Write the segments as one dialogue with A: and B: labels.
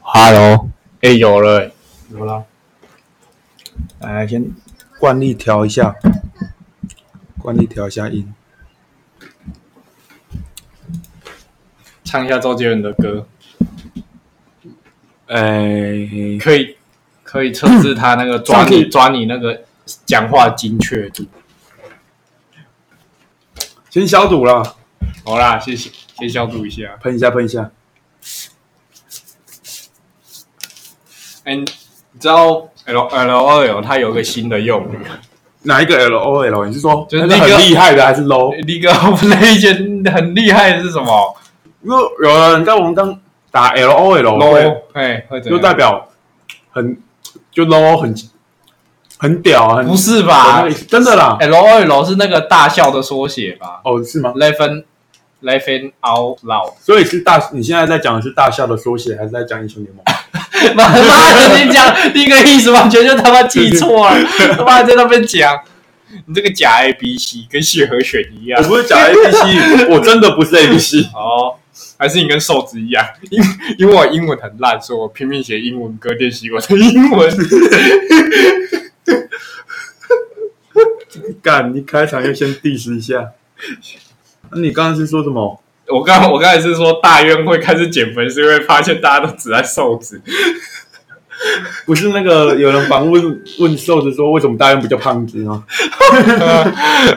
A: Hello，
B: 哎、有了、欸，
C: 有啦，
A: 来先惯例调一下，惯例调一下音。
B: 唱一下周杰伦的歌，
A: 哎、
B: 可以可以测试他那个抓
A: 这样
B: 你
A: 可以
B: 抓你那个讲话精确度。
A: 先消毒啦，
B: 好啦，谢谢，先消毒一下。
A: 喷一下，喷一下。
B: 哎、你知道 L L O L 它有一个新的用语，
A: 哪一个 L O L？你是说
B: 就是
A: 那
B: 那
A: 个
B: 个
A: 很厉害的，还是 low？
B: 那个我们那一些很厉害的是什么
A: 因为有人在网上打 L O L，
B: ？low，哎，会怎
A: 就
B: 样
A: 代表很就 low 很很屌啊，很
B: 不是吧
A: 有那个真的啦。
B: ？L O L 是那个大笑的缩写吧
A: 哦，是吗？
B: ？Laughing laughing out loud。
A: 所以是大，你现在在讲的是大笑的缩写，还是在讲英雄联 盟？
B: 妈的，你讲第一个意思完全就他妈记错 了，他妈在那边讲，你这个假 A B C 跟血和弦一样
A: 我不是讲 A B C，我真的不是 A B C。
B: 哦，还是你跟瘦子一样，因因为我英文很烂，所以我拼命写英文歌练习我的英 文。
A: 干，你开场又先 diss 一 下。那啊你刚刚是说什么？
B: 我刚我刚才是说大冤会开始减肥，是因为发现大家都只爱瘦子，
A: 不是那个有人访问问瘦子说为什么大家不叫胖子吗？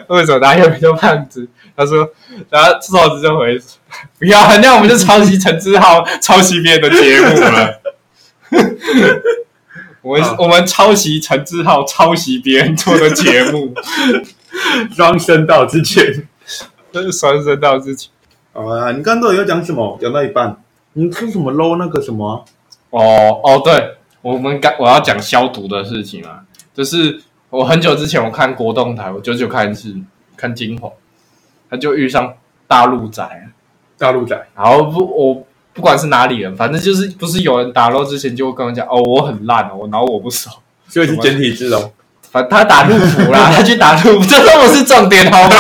B: 为什么大家比较胖子？他说，然后瘦子就回，不要，那我们就抄袭陈志浩，抄袭别人的节目了。 我们、
A: 啊
B: 我们抄袭陈志浩，抄袭别人做的节 目，
A: 双声道之前。
B: 这是双声道之前。
A: 好啊，你刚刚到底要讲什么？讲到一半，你说什么 low 那个什么啊、
B: 哦哦，对，我们刚我要讲消毒的事情啊，就是我很久之前我看国动台，我久久看一次，看金红，他就遇上大陆仔啊，
A: 大陆仔，
B: 然后不我不管是哪里人，反正就是不是有人打漏之前就会跟我讲哦，我很烂哦，然后我不熟，
A: 所以是简体字哦。
B: 反正他打路服啦，他去打路服，这都不是重点好吗？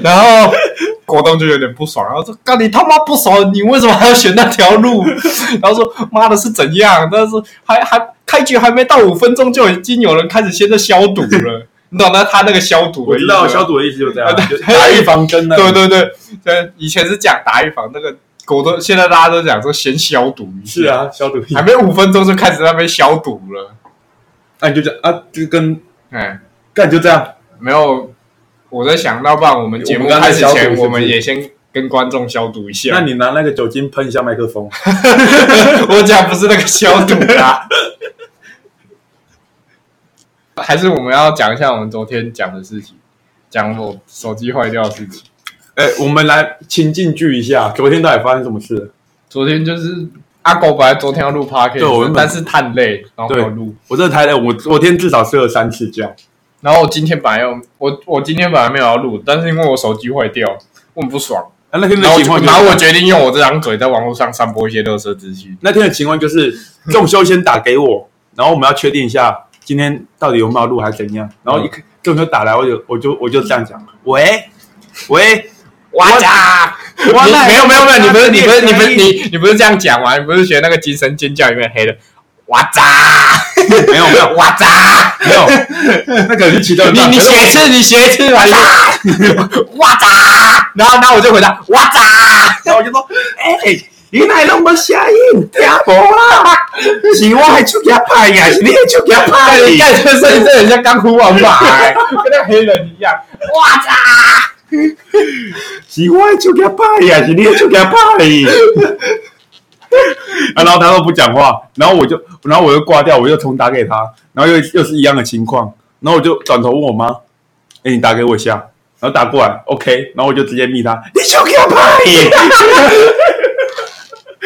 B: 然后国栋就有点不爽，然后说：“干你他妈不熟，你为什么还要选那条路？”然后说：“妈的是怎样？但是还还开局还没到五分钟，就已经有人开始先在消毒了，你懂得他那个消毒
A: 我
B: 的意
A: 知
B: 思吗？
A: 道消毒的意思就这样，
B: 啊
A: 就是打预防针呢。
B: 对对对，呃，以前是讲打预防，那个国栋现在大家都讲说先消毒一下，
A: 是，啊，消毒。
B: 还没五分钟就开始在那边消毒了，
A: 那你就这样啊，就跟
B: 哎。”
A: 干就这样。
B: 没有，我在想，要不然我们节目
A: 我们刚才
B: 开始
A: 消毒是
B: 前，
A: 不是
B: 我们也先跟观众消毒一下。
A: 那你拿那个酒精喷一下麦克风，
B: 我讲不是那个消毒啊啦， 还是我们要讲一下我们昨天讲的事情，讲我手机坏掉的事情。
A: 哎，我们来情境剧一下，昨天到底发生什么事？
B: 昨天就是阿狗本来昨天要录 p o d c
A: 对我
B: a
A: 原
B: s
A: 本
B: 但是太累，然后没有录。
A: 我真的太累，我昨天至少睡了三次觉。
B: 然后我今天本来要我我今天本来没有要录，但是因为我手机坏掉，我很不爽。
A: 啊，那天的
B: 然后我
A: 情
B: 就
A: 况就
B: 然
A: 是，
B: 后我决定用我这张嘴在网络上散播一些垃圾资讯。
A: 那天的情况就是，仲修先打给我，然后我们要确定一下今天到底有没有录还是怎样。然后一
B: 嗯
A: 仲修打来，我就我就我就这样讲，喂 喂，
B: 哇扎！
A: 哇
B: 你
A: 那
B: 没有没有没有，你不是
A: 那
B: 你不是你不是
A: 那
B: 你你不是这样讲完，你不是学那个精神尖叫里面黑的哇扎
A: 没有没有
B: 哇扎，
A: 没有，那可能是其中一
B: 你
A: 半
B: 你学一次你学一次吧，你哇扎，然后然后我就回答哇扎，
A: 然后我就说，哎、你哪拢无声音，听无啦？是我的手机歹呀，是你的手机歹
B: 哎你
A: 呀？
B: 干这声音真的很像刚哭完吧、跟那黑人一样。
A: 我操！是我的手机歹呀，是你的手机歹。 啊，然后他都不讲话，然后我就，然后我又挂掉，我又重打给他，然后又又是一样的情况，然后我就转头问我妈：“哎、你打给我一下。”然后打过来，OK，然后我就直接密他：“你手机歹。”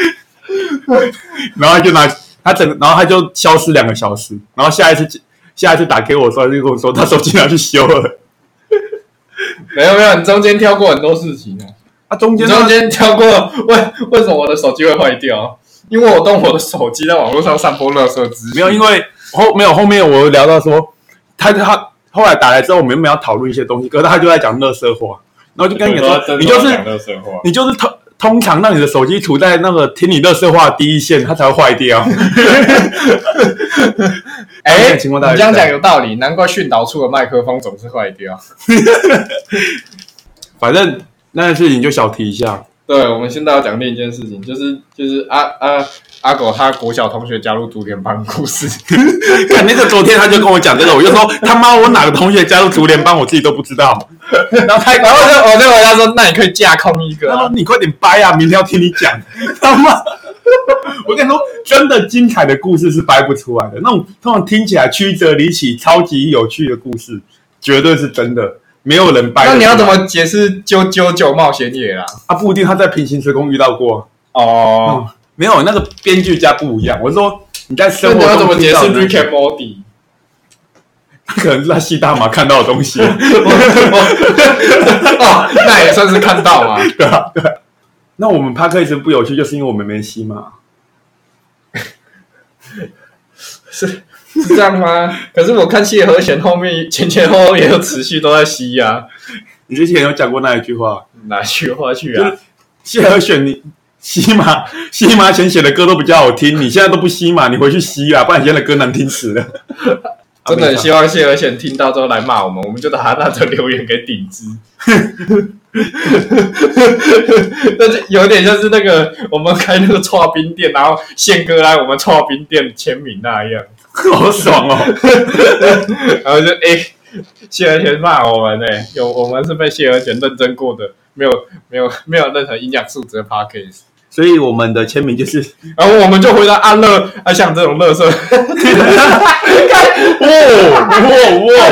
A: 然后他就拿他整个，然后他就消失两个小时，然后下一次下一次打给我的时候，他就跟我说他手机拿去修了。
B: 没有没有，你中间跳过很多事情啊。
A: 啊，中
B: 你
A: 间
B: 中间跳过为为什么我的手机会坏掉？因为我动我的手机在网络上散播垃圾资讯。
A: 没有，因为后没有后面我聊到说，他他后来打来之后，我们原本要讨论一些东西，可是他就在讲乐色话，然后就跟你说，你就是
B: 垃圾话。
A: 你就是通通常让你的手机处在那个听你乐色话的第一线，它才会坏掉。
B: 哎，
A: 哎
B: 你
A: 情况大概
B: 这
A: 是这
B: 样
A: 样
B: 讲有道理，难怪训导处的麦克风总是坏掉。
A: 反正那件事情就小提一下，
B: 对，我们现在要讲另一件事情，就是就是阿阿阿狗他国小同学加入竹联帮故 事。
A: 看那个昨天他就跟我讲这个，我就说他妈我哪个同学加入竹联帮，我自己都不知道。
B: 然后他，然后就我就回答说：“那你可以架空一个、
A: 他说
B: 啊。
A: 你快点掰啊，明天要听你讲。 他妈，我跟你说，真的精彩的故事是掰不出来的，那种通常听起来曲折离奇、超级有趣的故事，绝对是真的，没有人”掰得
B: 那
A: 出来。
B: 你要怎么解释“九九九冒险野”啦？
A: 啊？不一定他在平行时空遇到过，
B: 哦，
A: 没有那个编剧家不一样。我说你在
B: 那
A: 生
B: 你
A: 活
B: 要
A: 中
B: 怎么解
A: 遇
B: 释
A: 到
B: “Rick
A: 的
B: and Morty”？
A: 可能是他吸大麻看到的东 西，
B: 哦，那也算是看到嘛。
A: 对吧、对啊。那我们 p a c k a g 不有趣，就是因为我们没吸嘛。
B: 是是这样吗？可是我看谢和弦后面前前后后也有持续都在吸呀、
A: 你之前有讲过那一句话，
B: 哪去花去啊？
A: 谢和弦，你西马 西马前写的歌都比较好听，你现在都不西马，你回去西啦，不然你现在的歌难听死了。
B: 真的很希望谢和弦听到之后来骂我们，我们就把他那则留言给顶之。 那就有点像是那个我们开那个串冰店，然后宪哥来我们串冰店签名那样，
A: 好爽哦！
B: 然后就哎、欸谢和弦骂我们呢、有我们是被谢和弦认真过的，没有没有没有任何营养素质的 p a c k a g e
A: 所以我们的签名就是
B: 然后我们就回答阿乐，啊，像这种乐色，
A: 哇哇哇哇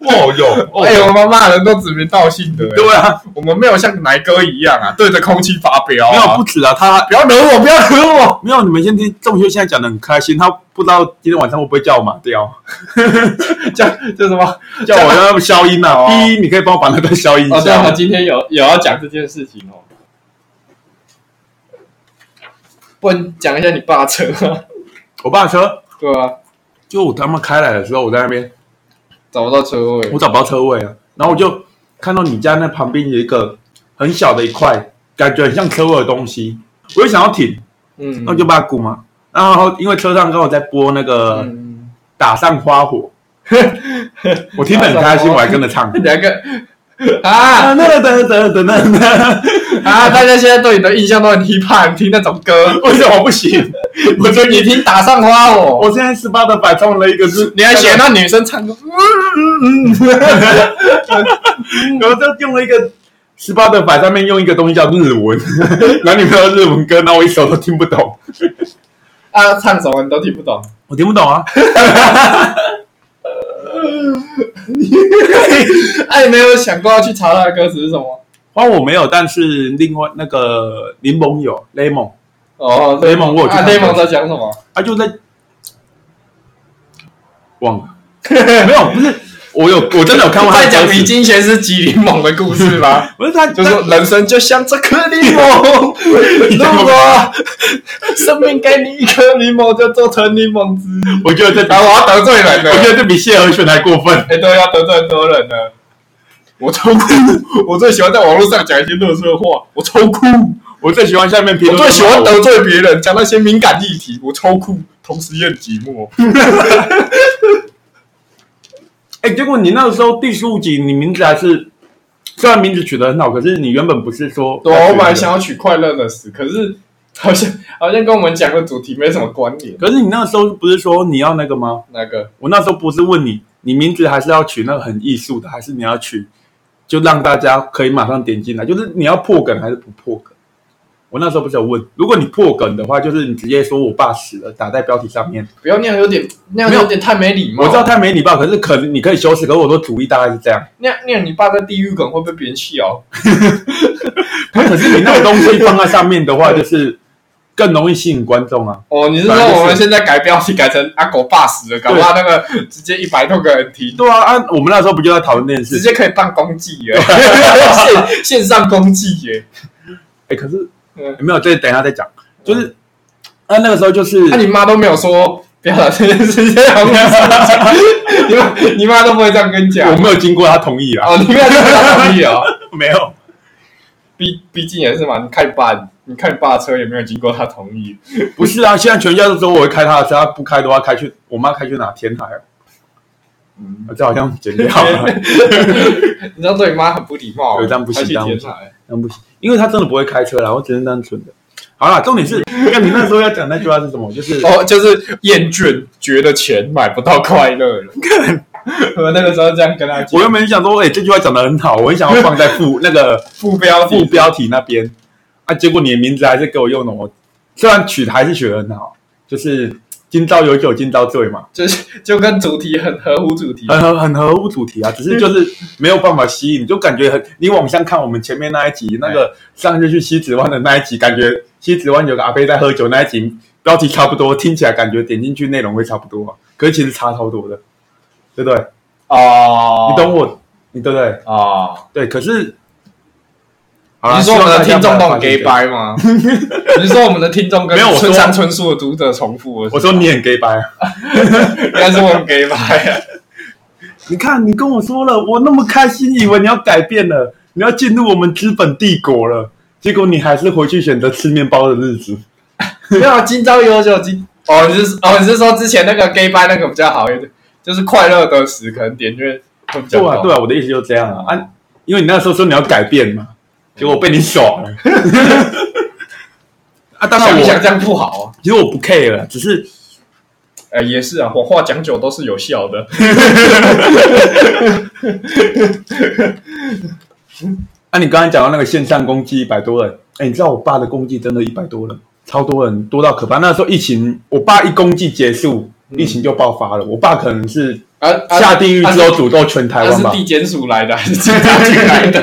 A: 哇哟！
B: 哎、我们骂人都指名道姓的、
A: 对啊，
B: 我们没有像奶哥一样啊，对着空气发飙、
A: 没有
B: 啊
A: 不，止啊，他
B: 不要惹我，不要惹我，
A: 没有你们先听，仲修现在讲的很开心，他不知道今天晚上会不会叫我马掉，
B: 叫 叫什么？
A: 叫我要消音啊！
B: 哦
A: 第一，你可以帮我把那段消音一
B: 哦，对，我
A: 下
B: 们。今天有有要讲这件事情哦，不然讲一下你爸车啊，
A: 我爸的车，
B: 对啊，
A: 就我他妈开来的时候，我在那边
B: 找不到车位
A: 我，找不到车位啊，然后我就看到你家那旁边有一个很小的一块，感觉很像车位的东西，我就想要停，
B: 嗯，
A: 那我就把它鼓嘛。然后因为车上刚好在播那个《
B: 嗯，
A: 打上花火》， 我听得很开心，我还跟着唱。
B: 两个啊
A: 啊，那个等等等等等，
B: 啊，大家现在对你的印象都很 hip hop，你听那种歌，
A: 为什么不行？ 我最
B: 你
A: 近
B: 听打上花火。
A: 我现在 Spotify 创了一个是，
B: 你还写那女生唱歌，
A: 然后就用了一个 Spotify 上面用一个东西叫日文， 然后你朋友日文歌，然后我一首都听不懂。
B: 啊，唱什么你都听不懂。
A: 我听不懂啊。
B: 哎、你没有想过要去查他的歌词是什么？
A: 花我没有，但是另外那个柠檬有 lemon，
B: 哦，对
A: Lemon 我有去
B: 啊
A: 看
B: ，Lemon 在讲什么？
A: 他就在忘了，没有，不是我有我真的有看过他
B: 在
A: 的
B: 讲
A: 歌
B: 米
A: 词，？
B: 金贤是吉林猛的故事吗
A: 不是他
B: 就
A: 他
B: 是人生就像这颗柠檬，如果生命给你一颗柠檬，就做成柠檬汁。
A: 我觉得这比
B: 啊，我要得罪人了，
A: 我觉得这比谢和弦还过分。
B: 哎、对，要得罪很多人了。我超酷， 我最喜欢在网络上讲一些乐色话，我超酷。
A: 我最喜欢下面评
B: 我
A: 论，
B: 最喜欢得罪别人，讲那些敏感议题，我超酷，同时也很寂寞。
A: 哎、结果你那个时候第十五集，你名字还是虽然名字取得很好，可是你原本不是说
B: 对啊，我本来想，要取快乐的死，可是好像好像跟我们讲的主题没什么关联。
A: 可是你那时候不是说你要那个吗？
B: 那个
A: 我那时候不是问你，你名字还是要取那个很艺术的，还是你要取就让大家可以马上点进来？就是你要破梗还是不破梗？我那时候不是有问，如果你破梗的话，就是你直接说我爸死了，打在标题上面。
B: 不要那样，有点那样
A: 没有
B: 有点太没礼貌。
A: 我知道他没礼貌，可是可能你可以修饰。可是我说主意大概是 这样。
B: 那样那样，你爸在地狱梗会被别人气哦。
A: 可是你那个东西放在上面的话，就是更容易吸引观众啊。
B: 哦，你是说
A: 本来就是
B: 我们现在改标题改成阿狗爸死了，搞不好那个直接一百多个人听，
A: 对啊，啊，我们那时候不就在讨论这件
B: 直
A: 事？
B: 接可以办公祭耶，线 线上公祭耶。
A: 哎、可是、
B: 嗯哦
A: 没有，这等一下再讲。就是，那、那个时候就是，
B: 啊那、你妈都没有说不要把这件事情 好好你妈你妈都不会这样跟你讲
A: 我。没有经过他同意啊，
B: 哦，你妈都不会同意哦。
A: 没有。
B: 毕毕竟也是嘛，你看你爸，你看你爸的车也没有经过他同意。
A: 不是啊，现在全家都说我会开他的车，他不开的话，开去我妈开去哪天台啊？
B: 嗯，
A: 这好像剪掉了，
B: 你知道对你妈很不礼貌、哦，
A: 对这样不行
B: 还去
A: 这样
B: 检
A: 不行
B: 查欸
A: 那不行，因为他真的不会开车啦，我只是单纯的。好啦，重点 是，那你那时候要讲那句话是什么？就是
B: 哦，就是厌倦，觉得钱买不到快乐 了。我那个时候这样跟他
A: 我
B: 讲，
A: 原本想说，哎、这句话讲的很好，我很想要放在 副那个
B: 副标
A: 副
B: 题
A: 标题那边啊，结果你的名字还是给我用了我，虽然取的还是取得很好，就是今朝有酒今朝醉嘛，
B: 就是就跟主题很合乎主题。
A: 很合很合乎主题啊，只是就是没有办法吸引，就感觉很你往下看我们前面那一集那个上次去西子湾的那一集，感觉西子湾有个阿飞在喝酒那一集标题差不多，听起来感觉点进去内容会差不多啊，可是其实差超多的，对不对？
B: 哦
A: 你懂我，你对不对？
B: 哦，
A: 对，可是。好啦
B: 你是说我们的
A: 希
B: 听
A: 望大
B: 众都
A: 家不要
B: 很
A: 发现
B: gay 掰吗？ 你是说我们的听众跟
A: 没有我说
B: 村上春树的读者重复了是
A: 我
B: 吗？
A: 说你很 gay 白啊，
B: 应该是我很 gay 掰 啊。
A: 你看，你跟我说了，我那么开心，以为你要改变了，你要进入我们资本帝国了，结果你还是回去选择吃面包的日子。
B: 没
A: 啊
B: 有，今朝有酒今哦，你是哦，你是说之前那个 gay 掰那个比较好一点，就是快乐的死，可能点阅会比较
A: 对
B: 高。
A: 啊，对啊，我的意思就是这样啊，啊，因为你那时候说你要改变
B: 嗯
A: 嘛，结果被你爽 了。啊，当然
B: 想一想
A: 我
B: 这样不好啊。
A: 其实我不 care 了，只是
B: 哎、也是啊，谎话讲久都是有效的。
A: 啊，你刚才讲到那个线上攻击一百多人，哎，你知道我爸的攻击真的一百多人，超多人，多到可怕。那时候疫情，我爸一攻击结束，疫情就爆发了。我爸可能是
B: 啊，嗯啊
A: 下地狱之后诅咒全
B: 他
A: 台
B: 是
A: 湾
B: 他
A: 吧
B: 是？地检署来的还是警察局来 的？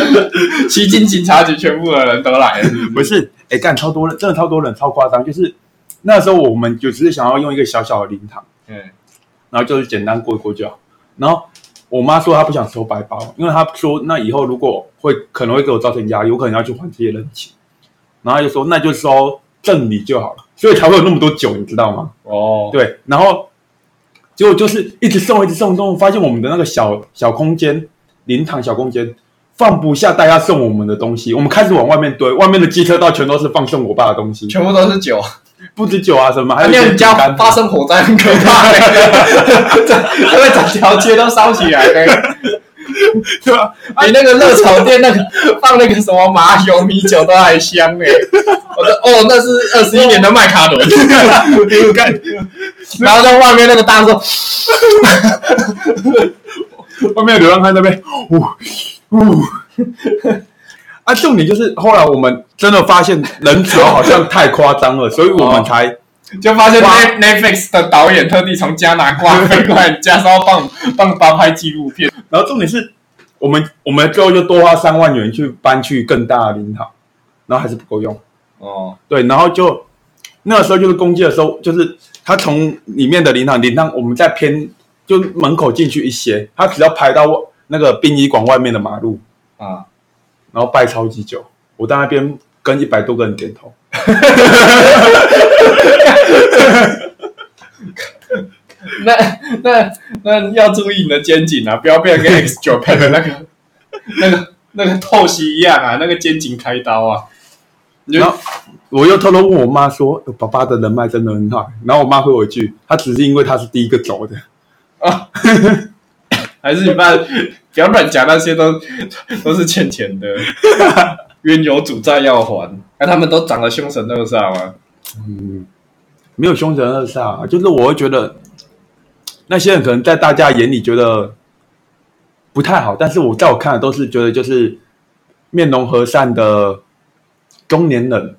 B: 骑进警察局，全部的人都来 了。
A: 不是，哎、干超多人，真的超多人，超夸张。就是那时候我们就只是想要用一个小小的灵堂，
B: 嗯，
A: 然后就是简单过一过就好。然后我妈说她不想收白包，因为她说那以后如果会可能会给我造成压力，我可能要去还这些人情。然后她就说那就收赠礼就好了，所以才会有那么多酒，你知道吗？
B: 哦，
A: 对，然后结果就是一直送，一直送，送，发现我们的那个小小空间，灵堂小空间放不下大家送我们的东西，我们开始往外面堆，外面的机车道全都是放送我爸的东西，
B: 全部都是酒。
A: 不止酒啊什么，还
B: 啊，
A: 有一
B: 那
A: 些
B: 你
A: 饼
B: 家
A: 干
B: 发生火灾很可怕、欸，整会整条街都烧起来的、
A: 对吧？
B: 比那个热炒店那个放那个什么麻油米酒都还香哎、我说哦，那是二十一年的麦卡 伦，
A: 干
B: 然后在外面那个大叔，
A: 外面有流浪汉在那边，呜呜。 啊，重点就是后来我们真的发现人潮好像太夸张了，所以我们才
B: 哦就发现
A: 哇
B: Net- Netflix 的导演特地从加拿大飞过来，加上帮帮爸拍纪录片，
A: 然后重点是我们我们最后就多花三万元去搬去更大的灵堂，然后还是不够用。
B: 哦，
A: 对，然后就那个时候就是攻击的时候，就是他从里面的灵堂灵堂，我们再偏就门口进去一些，他只要排到那个殡仪馆外面的马路，
B: 啊，
A: 然后拜超级久，我在那边跟一百多个人点头。
B: 那那 那要注意你的肩颈啊，不要变 得跟 X Japan 的那个那个那个透析一样啊，那个肩颈开刀啊，你就
A: 然后我又偷偷问我妈说：“呃爸爸的人脉真的很好。”然后我妈回我一句：“他只是因为他是第一个走的。
B: 啊，还是你爸不要乱讲，那些都都是欠钱 的，冤有主债要还。那、他们都长得凶神恶煞吗？
A: 没有凶神恶煞，啊就是我会觉得那些人可能在大家眼里觉得不太好，但是我在我看的都是觉得就是面容和善的中年人，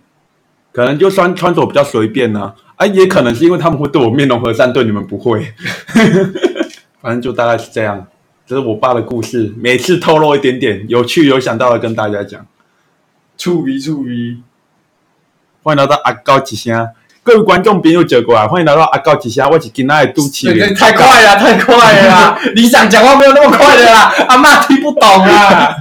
A: 可能就穿穿着比较随便呢、啊，也可能是因为他们会对我面容和善，对你们不会， 反正就大概是这样。这是我爸的故事，每次透露一点点有趣有想到的跟大家讲。
B: 触鼻触鼻，
A: 欢迎来到阿高吉祥，各位观众朋友，走过来，欢迎来到阿高吉祥，我是今天的主持人。
B: 太快了，太快了 啦！李想讲话没有那么快的啦，阿妈听不懂啊。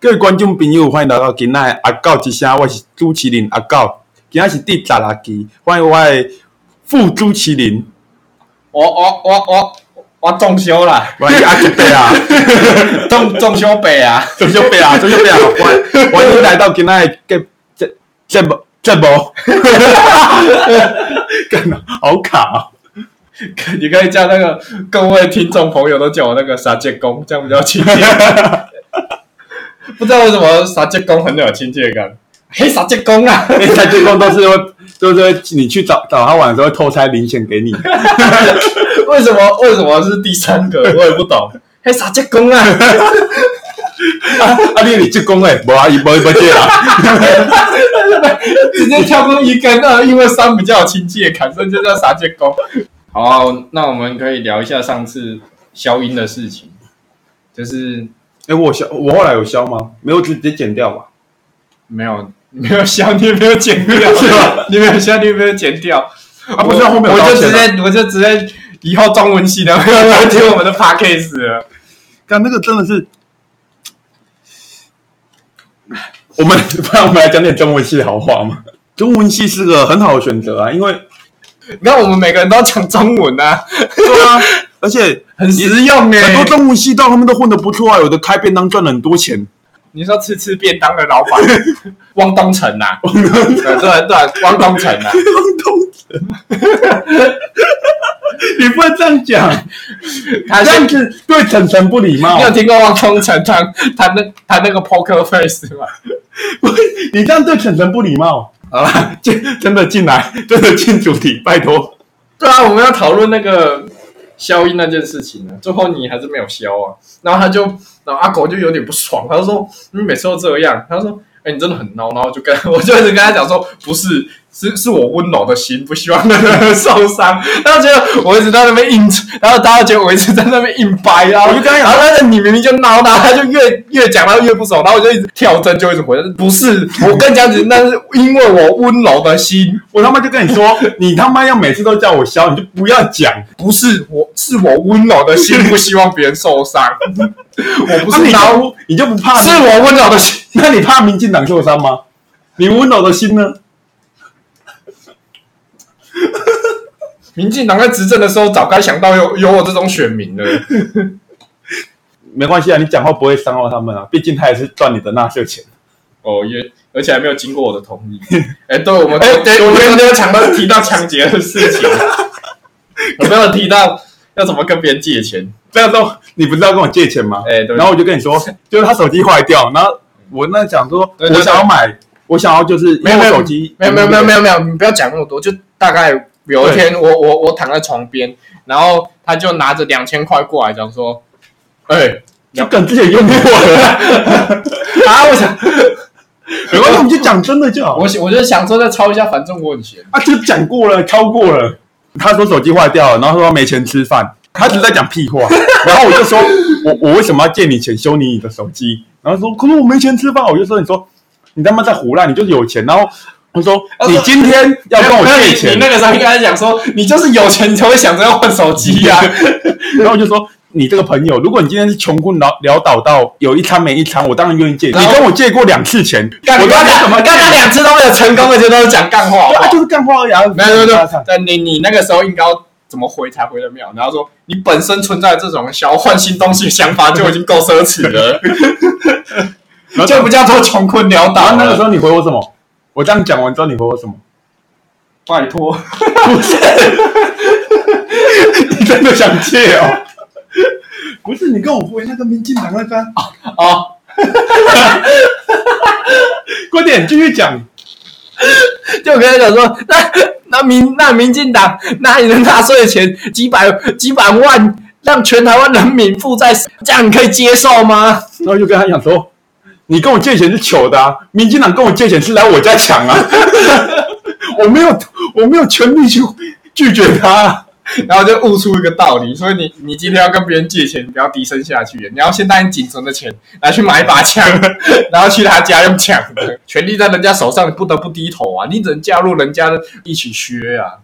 A: 各位观众朋友，欢迎来到今仔的阿狗之声，我是主持人阿狗，今仔是第十六期，欢迎我的副主持人，
B: 我我我我我中修啦，
A: 我是阿吉伯啊，
B: 中中修北啊，
A: 钟小伯啊，钟小伯啊，欢欢迎来到今仔的节节节目节目， 干了好卡、啊
B: 你可以叫那个各位听众朋友都叫我那个杀戒公，这样比较 亲切。
A: 哦，
B: 不知道为什么杀戒公很有亲切感，嘿，杀戒公啊！
A: 因为他最后都是会，都是会你去找找他玩的时候会偷拆零钱给你， 啊
B: 为什么为什么是第三个？我也不懂。嘿，杀戒公啊！
A: 啊，你你职工诶，无啊，伊无无借啊，
B: 直接跳过一跟二，因为三比较有亲切感，所以就叫杀戒公。好啊、那我们可以聊一下上次消音的事情，就是
A: 哎、我消我后来有消吗？没有，就直接剪掉吧。
B: 没有 没有消，你也没有剪掉，
A: 是吧？
B: 你没有消，你也没有剪掉
A: 啊不是后面有
B: 我
A: 道
B: 就
A: 歉
B: 直
A: 啊
B: 接我就直接以后中文系的 没有人来听我们的 podcast 了。
A: 但那个真的是，我们 不然我们来讲点中文系好话嘛。中文系是个很好的选择啊， 因为
B: 你看我们每个人都讲中文啊，
A: 对啊，而且
B: 很实用哎、
A: 很多中文系到他们都混得不错啊，有的开便当赚了很多钱。
B: 你说吃吃便当的老 板汪东城呐、啊，对对对，汪东城呐、啊。
A: 你不能这样讲，
B: 他
A: 这
B: 先
A: 样子对晨晨不礼貌
B: 你。有听过汪东城他他那他那个 poker face 吗？
A: 你这样对晨晨不礼貌。好了，进 真的进来，真的进主题，拜托。
B: 对啊，我们要讨论那个消音那件事情呢，最后你还是没有消啊。然后他就，然后阿狗就有点不爽，他就说你每次都这样。他说，哎、你真的很孬。然后就跟 我就一直跟他讲说，不是，是是我温柔的心，不希望那个人受伤。他就觉得我一直在那边硬，然后大家觉得我一直在那边硬掰啊。
A: 我就跟他讲
B: 然后但是你明明就孬孬，他就越越讲他越不爽，然后我就一直跳针，就一直回，不是，我跟你讲，只那是因为我温柔的心。
A: 我他妈就跟你说，你他妈要每次都叫我消，你就不要讲。
B: 不是我，是我温柔的心，不希望别人受 伤。我不
A: 啊
B: 是
A: 你就
B: 孬，
A: 不你就不怕？
B: 是我温柔的心。
A: 那你怕民进党受伤吗？你温柔的心呢？
B: 民进党在执政的时候，早该想到有有我这种选民了。
A: 没关系啊，你讲话不会伤到他们啊，毕竟他也是赚你的纳税钱。
B: 哦，也而且还没有经过我的同 意。哎、对，我们
A: 哎对
B: 我们没有讲到提到抢劫的事 情，有没有提到要怎么跟别人借钱？
A: 这样说，你不是要跟我借钱吗？
B: 哎、对，
A: 然后我就跟 你说，就是他手机坏掉，然后我那讲说，
B: 对对对
A: 我想要买，我想要就是因
B: 没有
A: 为我
B: 没有
A: 手机
B: 没有没有没有没有没有，你不要讲那么多，就大概有一天我我我躺在床边，然后他就拿着两千块过来讲说，哎、
A: 就跟之前用过了，
B: 啊，我想，
A: 没关系，我们就讲真的就好。
B: 我想我就想说再抄一下，反正我很闲。
A: 啊，就讲过了，超过了。他说手机坏掉了，然后说没钱吃饭，他只是在讲 屁话。然后我就说，我我为什么要借你钱修理你的手机？然后说，可是我没钱吃饭。我就说，你说你他妈在胡乱，你就是有钱。然后他说，
B: 他说
A: 你今天要跟我
B: 没有
A: 借
B: 你
A: 钱
B: 你，那个时候应该讲说，你就是有钱，你才会想着要换手机啊 呀、
A: 然后我就说。你这个朋友，如果你今天是穷困潦潦倒到有一餐没一餐，我当然愿意借你。
B: 然
A: 你
B: 后
A: 跟我借过两次钱，
B: 干
A: 我
B: 你
A: 当
B: 刚
A: 然
B: 刚
A: 怎么
B: 刚刚两次都没有成功，而且都是讲干话好不
A: 啊，
B: 好
A: 就是干话呀。
B: 没有没有没
A: 啊
B: 有，但你你那个时候应该要怎么回才回得妙？然后说你本身存在这种想要换新东西的想法就已经够奢侈 了，
A: 然后
B: 就不叫做穷困潦
A: 然
B: 倒
A: 后那个时
B: 了。
A: 候你回我什么？我这样讲完之后你回我什么？
B: 拜托，
A: 你真的想借哦？ 不是你跟我回那个民进党那个啊
B: 哦，
A: 快点继续讲，
B: 就我跟他讲说，那那民那民进党拿你的纳税的钱几百几百万，让全台湾人民负债，这样你可以接受吗？
A: 然后就跟他讲说，你跟我借钱是糗的、啊，民进党跟我借钱是来我家抢 啊，我没有我没有权利去拒绝他啊，
B: 然后就悟出一个道理，所以你你今天要跟别人借钱，你不要低声下气，你要先把你仅存的钱拿去买一把枪， 然后去他家用抢的，权力在人家手上，你不得不低头啊，你只能加入人家的一起学啊。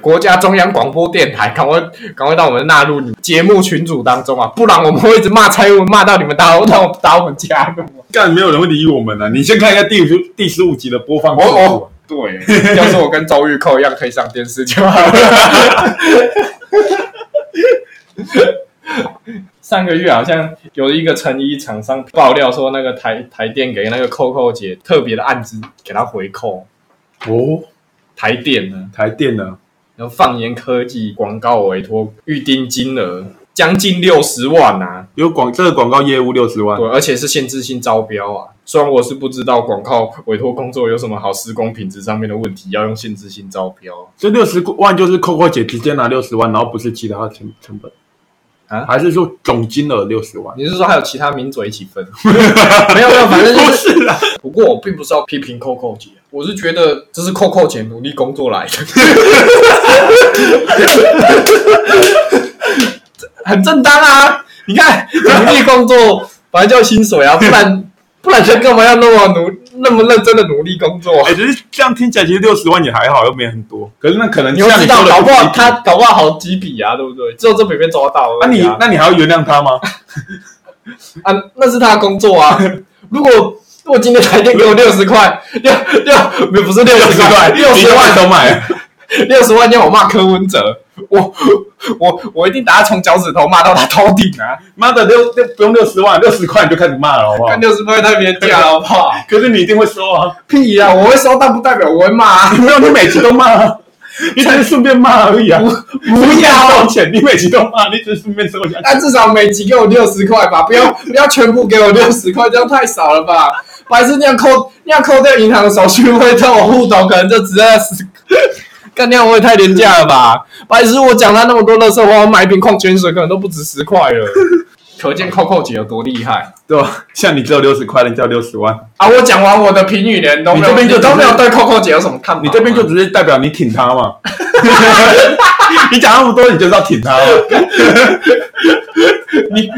B: 国家中央广播电台，赶快赶快让我们纳入你节目群组当中啊，不然我们会一直骂蔡英文，骂到你们打打打我们家入啊。
A: 干没有人会理我们啊！你先看一下第五第十五集的播放
B: 我
A: 次数啊
B: 我对，要是我跟周玉蔻一样可以上电视就好了。上个月好像有一个成衣厂商爆料说，那个台台电给那个扣扣姐特别的案子给她回扣，
A: 哦，
B: 台电呢，
A: 台电啊呢？
B: 然后放言科技广告委托预定金额将近六十万啊，
A: 有广这个广告业务六十万，
B: 对，而且是限制性招标啊。虽然我是不知道广告委托工作有什么好施工品质上面的问题，要用限制性招标。
A: 这六十万就是扣扣姐直接拿六十万，然后不是其他成成本
B: 啊
A: 还是说总金额六十万？
B: 你是说还有其他民族一起 分？没有没有，反正就
A: 不
B: 是。
A: 是啊，
B: 不过我并不是要批评 Coco 姐，我是觉得这是 Coco 姐努力工作来的，很正当啊！你看努力工作，反正叫薪水啊，不然不然人干嘛要那么努那么认真的努力工作？啊
A: 哎，只是这样听起来，其实六十万也还好，又没很多。可是那可能
B: 你又
A: 像
B: 知道，
A: 说的
B: 搞不
A: 不
B: 好
A: 一定
B: 他，搞不好好几笔啊，对不对？只有这笔被抓到
A: 那
B: 而已
A: 你
B: 啊。
A: 那你还要原 谅他吗？
B: 啊，那是他的工作 啊。如果如果今天台电给我六十块，六六没有不是六十块，六
A: 你
B: 十
A: 一
B: 万
A: 都买 了，
B: 六十万要我骂柯文哲，我我我一定打他从脚趾头骂到他头顶啊！
A: 妈的六六不用六十万，六十块你就开始骂了，好不好
B: 看？ 六十块太廉价了，好不好？
A: 可是你一定会收啊，
B: 屁呀、我会收，但不代表我会骂、啊。
A: 没有你每集都骂 啊，你只是顺便骂而 已啊。不要钱，你每集都骂，你只是顺便收一下。
B: 但至少每集给我六十块吧，不要 不要全部给我六十块，这样太少了吧？还是那样扣那样扣掉银行的手续费，在我户头可能就只剩十。 干那样我也太廉价了吧！白痴，我讲他那么多垃圾话，我买一瓶矿泉水可能都不止十块了。可见扣扣姐有多厉害
A: 对吧？像你只有六十块，人家六十 万，
B: 啊！我讲完我的评语连都没有，
A: 你这边就只是
B: 都没有对扣扣姐有什么看法吗？
A: 你这边就只是代表你挺他 嘛。 你讲那么多，你就是要挺他嘛。
B: 你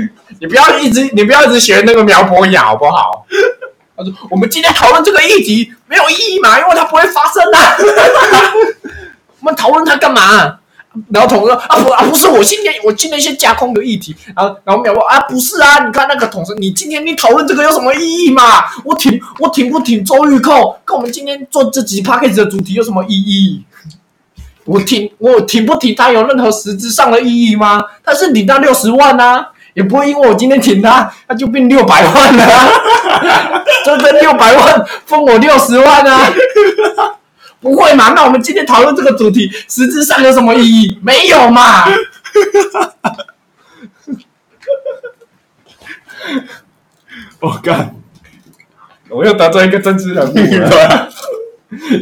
B: 你不要一直你不要一直学那个苗博雅好不好？他说我们今天讨论这个议题没有意义嘛，因为它不会发生啊。 我们讨论它干嘛？然后同事说啊不啊不是我今天我今天先架空个议题，然后然后苗博啊不是啊，你看那个同事，你今天你讨论这个有什么意义嘛？我挺我挺不挺周玉蔻，跟我们今天做这集 p a c k a g e 的主题有什么意义？我挺我挺不挺他有任何实质上的意义吗？但是领到六十万啊，也不会因为我今天挺他，他就变六百万了、啊，就 这六百万分我六十万啊，不会嘛？那我们今天讨论这个主题，实质上有什么意义？没有嘛？
A: 我哦干，
B: 我又得罪一个政治人物了，
A: 对啊，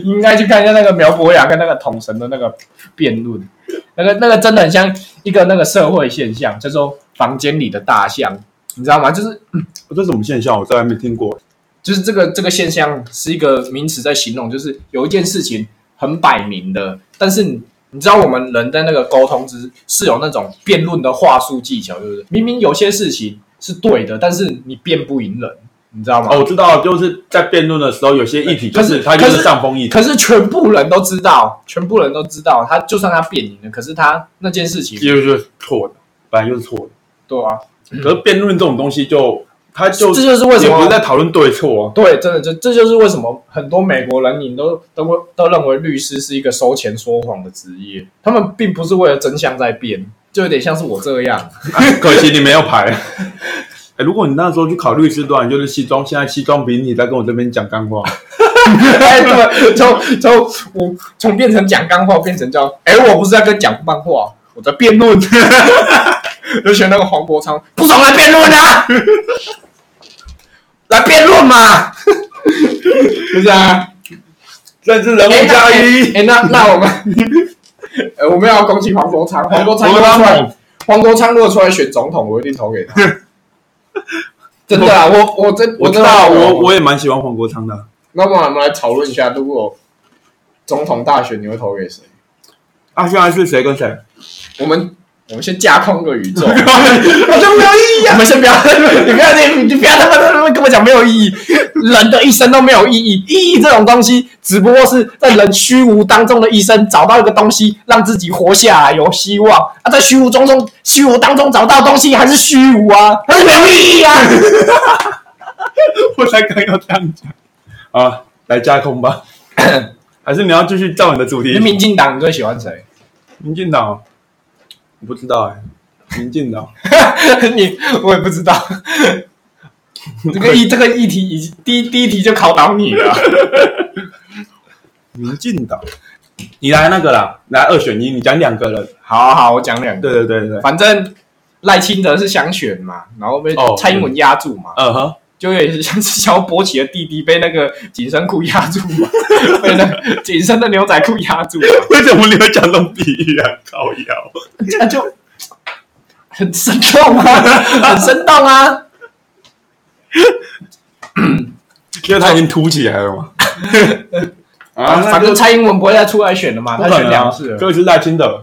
B: 应该去看一下那个苗博雅跟那个统神的那个辩论，那个那个真的很像一个那个社会现象，叫做房间里的大象，你知道吗？就是
A: 哦这是什么现象？我在来没听过。
B: 就是这个这个现象是一个名词在形容，就是有一件事情很摆明的，但是你你知道我们人在那个沟通之是有那种辩论的话术技巧，对不对？明明有些事情是对的，但是你辩不赢人，你知道吗？
A: 哦，我知道，就是在辩论的时候，有些议题就
B: 可是
A: 是他就
B: 可
A: 是
B: 是
A: 上风议题，
B: 可是全部人都知道，全部人都知道，他就算他辩赢了，可是他那件事情，
A: 就是就是错的，本来就是错的。
B: 对啊，
A: 可是辩论这种东西就，他就
B: 这就是为什
A: 也
B: 么
A: 不是在讨论对错啊。
B: 对，真的就这就是为什么很多美国人你都都会都认为律师是一个收钱说谎的职业，他们并不是为了真相在辩，就有点像是我这样。
A: 啊可惜你没有牌。 哎，如果你那时候去考律师段，就是西装，现在西装比你在跟我这边讲干话。
B: 哎，对，从从我从变成讲干话变成叫，哎，我不是在跟你讲漫话，我在辩论。就选那个黄国昌，不爽来辩论啊，来辩论 嘛，是不是啊？
A: 认识人
B: 哎
A: 物加一，
B: 那哎，那那我们，呃，我们要恭喜黄国昌，黄国昌如
A: 哎我
B: 果
A: 跟他
B: 出来，
A: 猛，
B: 黄国昌如果出来选总统，我一定投 给他。真的啊，我我真
A: 我知
B: 真的哦
A: 道，
B: 投给他
A: 我我也蛮喜欢黄国昌的
B: 那么我们来讨论一下，如果总统大选你会投给谁？
A: 啊。现在是谁跟谁？
B: 我们 我们先架空个宇宙， 我
A: 好像没有意义啊。
B: 们先不要， 你不要你你不要他妈他妈跟我讲没有意义，人的一生都没有意义，意义这种东西只不过是在人虚无当中的一生找到一个东西，让自己活下来有希望啊，在虚无中中虚无当中找到东西还是虚无啊，还是没有意义啊。
A: 我才刚要这样讲啊，来架空吧。 还是你要继续照你的主 题？
B: 民进党你最喜欢谁？
A: 民进党，我不知道哎、民进党，
B: 你我也不知道。这个议这个议题已经第一第一题就考倒你了，
A: 民进党，你来那个啦，来二选一，你讲两个人。
B: 好好，我讲两个。
A: 对对对对，
B: 反正赖清德是想选嘛，然后被
A: 哦
B: 蔡英文压住嘛，
A: 嗯哼，
B: 就有点像是萧伯奇的弟弟被那个紧身裤压住嘛，被那个紧身的牛仔裤压住嘛，
A: 为什么你会讲这种比喻啊？高腰，
B: 这样就很生动啊，很生动啊。
A: 因为他已经凸起来了嘛。 啊，那
B: 反
A: 就
B: 正蔡英文不会再出来选了嘛，
A: 不
B: 他
A: 可
B: 选
A: 能
B: 两
A: 啊，
B: 次了。
A: 就是赖清德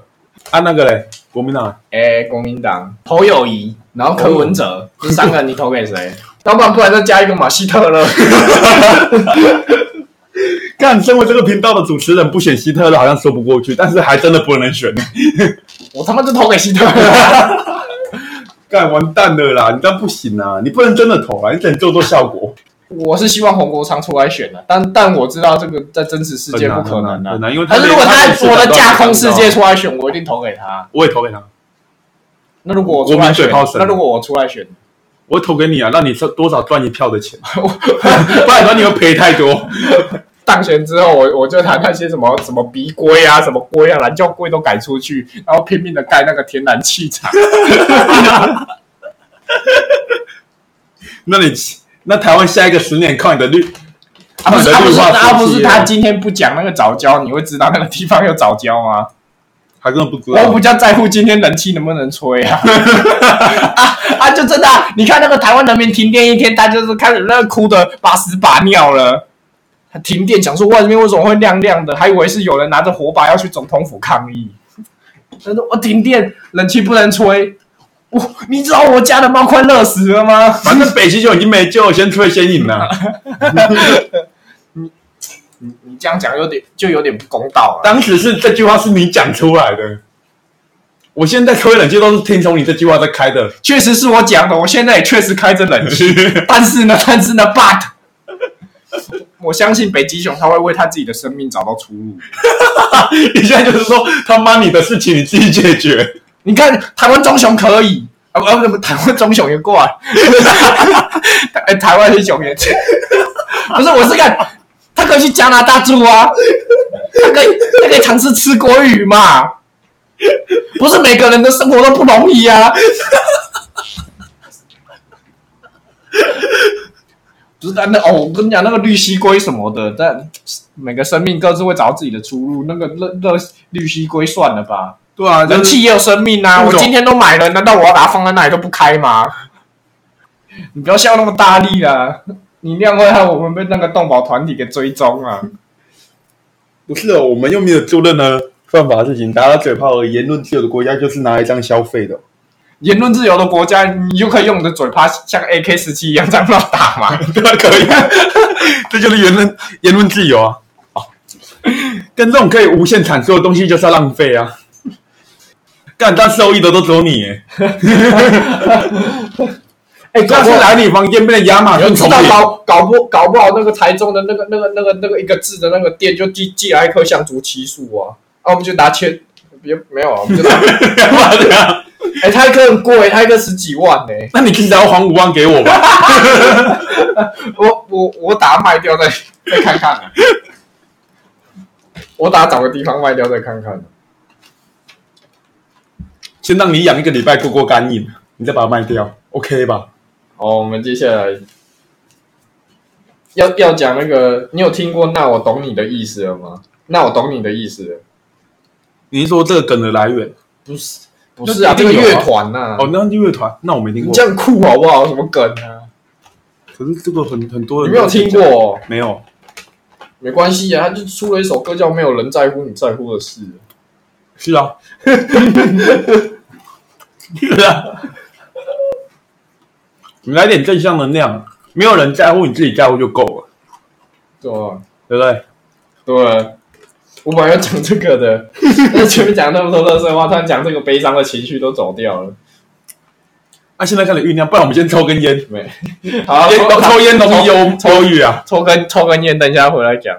A: 啊，那个嘞，国民党，
B: 哎，国民党侯友谊，然后柯文哲，这三个你投给谁？哦 要不然不然再加一个马希特勒，
A: 干，身为这个频道的主持人，不选希特勒好像说不过去，但是还真的不能选。
B: 我他妈就投给希特勒。
A: 干完蛋了啦！你这样不行啊，你不能真的投啊，你只能做做效果。
B: 我是希望黄国昌出来选的，但但我知道这个在真实世界不可能
A: 很
B: 的。
A: 难，因为
B: 但是如果
A: 他
B: 他
A: 连市长
B: 我的
A: 都
B: 架空
A: 没
B: 世
A: 当
B: 界
A: 到，
B: 出来选，我一定投给他。
A: 我也投给他，
B: 那如果我出来选
A: 国民嘴炮，神
B: 那如果我出来选，
A: 我会投给你啊，让你多少赚一票的钱，
B: 我
A: 不然的话你会赔太多。
B: 当选之后，我我就拿那些什么什么鼻龟啊、什么龟啊、蓝教龟都改出去，然后拼命的盖那个天然气厂。
A: 那你那台湾下一个十年靠你的绿，
B: 啊
A: 靠
B: 不
A: 你
B: 是
A: 的
B: 啊不
A: 绿
B: 是
A: 化
B: 啊不
A: 补
B: 是
A: 贴
B: 他今天不讲那个早教，你会知道那个地方有早教吗？
A: 他根本不知
B: 我
A: 道
B: 比。较在乎今天人气能不能吹啊！啊啊，就真的啊、你看那个台湾人民停电一天，他就是开始那个哭的把屎把尿了。他停电，想说外面为什么会亮亮的，还以为是有人拿着火把要去总统府抗议。他说我停电，冷气不能吹。我你知道我家的猫快热死了吗？
A: 反正北极熊已经没救了，先退先赢了。
B: 你你这样讲有点就有点不公道了。
A: 当时是这句话是你讲出来的，我现在吹冷气都是听从你这句话在开的。
B: 确实是我讲的，我现在也确实开着冷气。但是呢，但是呢，but，我相信北极熊它会为它自己的生命找到出路。
A: 你现在就是说他妈你的事情你自己解决，
B: 你看，台湾棕熊可以啊，不啊不，台湾棕熊也过来， 哎，台湾黑熊也去，不是，我是看它可以去加拿大住啊，它可以它可以尝试吃国语嘛，不是每个人的生活都不容易啊。不是啊，那哦，我跟你讲，那个绿蜥龟什么的，但每个生命各自会找到自己的出路。那个热热绿蜥龟算了吧，
A: 对啊，
B: 人气也有生命啊！
A: 物
B: 我
A: 种
B: 今天都买了，难道我要把它放在那里都不开吗？你不要笑那么大力啦，你那样会害我们被那个动保团体给追踪啊！
A: 不是哦，我们又没有做任何犯法的事情，打打嘴炮而已。言论自由的国家就是拿来这样消费的。
B: 言论自由的国家，你就可以用你的嘴巴像 AK 十七一样这样乱打嘛？
A: 对啊，可以啊， 这就是言论言论自由啊。跟这种可以无限产出的东西就是要浪费啊。 干，但受益的都只有你耶。
B: 哎、
A: 下次来你房间变成亚马逊
B: 你知
A: 丛
B: 道
A: 林，
B: 搞搞不搞不好那个台中的那个那个那个那个一个字的那个店就寄寄来一棵香竹漆树啊，啊，我们就拿钱，别没有啊，我们就 拿，
A: 干嘛这样？
B: 哎、它一棵很贵，它一棵十几万呢、
A: 那你至少要还五万给我吧。
B: 我我我打它卖掉再再看看、啊，我打它找个地方卖掉再看看、
A: 其先让你养一个礼拜过过干瘾，你再把它卖掉，OK 吧？
B: 哦，我们接下来要要讲那个，你有听过“那我懂你的意思”了吗？那我懂你的意思了，
A: 你是说这个梗的来源？
B: 不是不是啊，
A: 就
B: 这
A: 一
B: 个
A: 定有
B: 乐
A: 啊
B: 团呐，
A: 哦，那乐团，那我没听
B: 你
A: 过
B: 这。样酷好不好？什么梗啊？
A: 可是这个很很多
B: 你没
A: 人
B: 有
A: 都在
B: 听
A: 讲？
B: 过哦？
A: 没有，
B: 没关系啊，他就出了一首歌叫《没有人在乎你在乎的事》。
A: 是 啊，是啊，你来点正向能量，没有人在乎，你自己在乎就够了，
B: 对吧？
A: 对不对？
B: 对吧，我本来要讲这个 的，但是前面讲那么多乐色话，突然讲这个悲伤的情绪都走掉了。
A: 那、啊现在开始酝酿，不然我们先 抽根烟，哎
B: 没，好，
A: 烟抽烟容易忧忧郁啊。
B: 抽根抽根烟，等一下回来讲。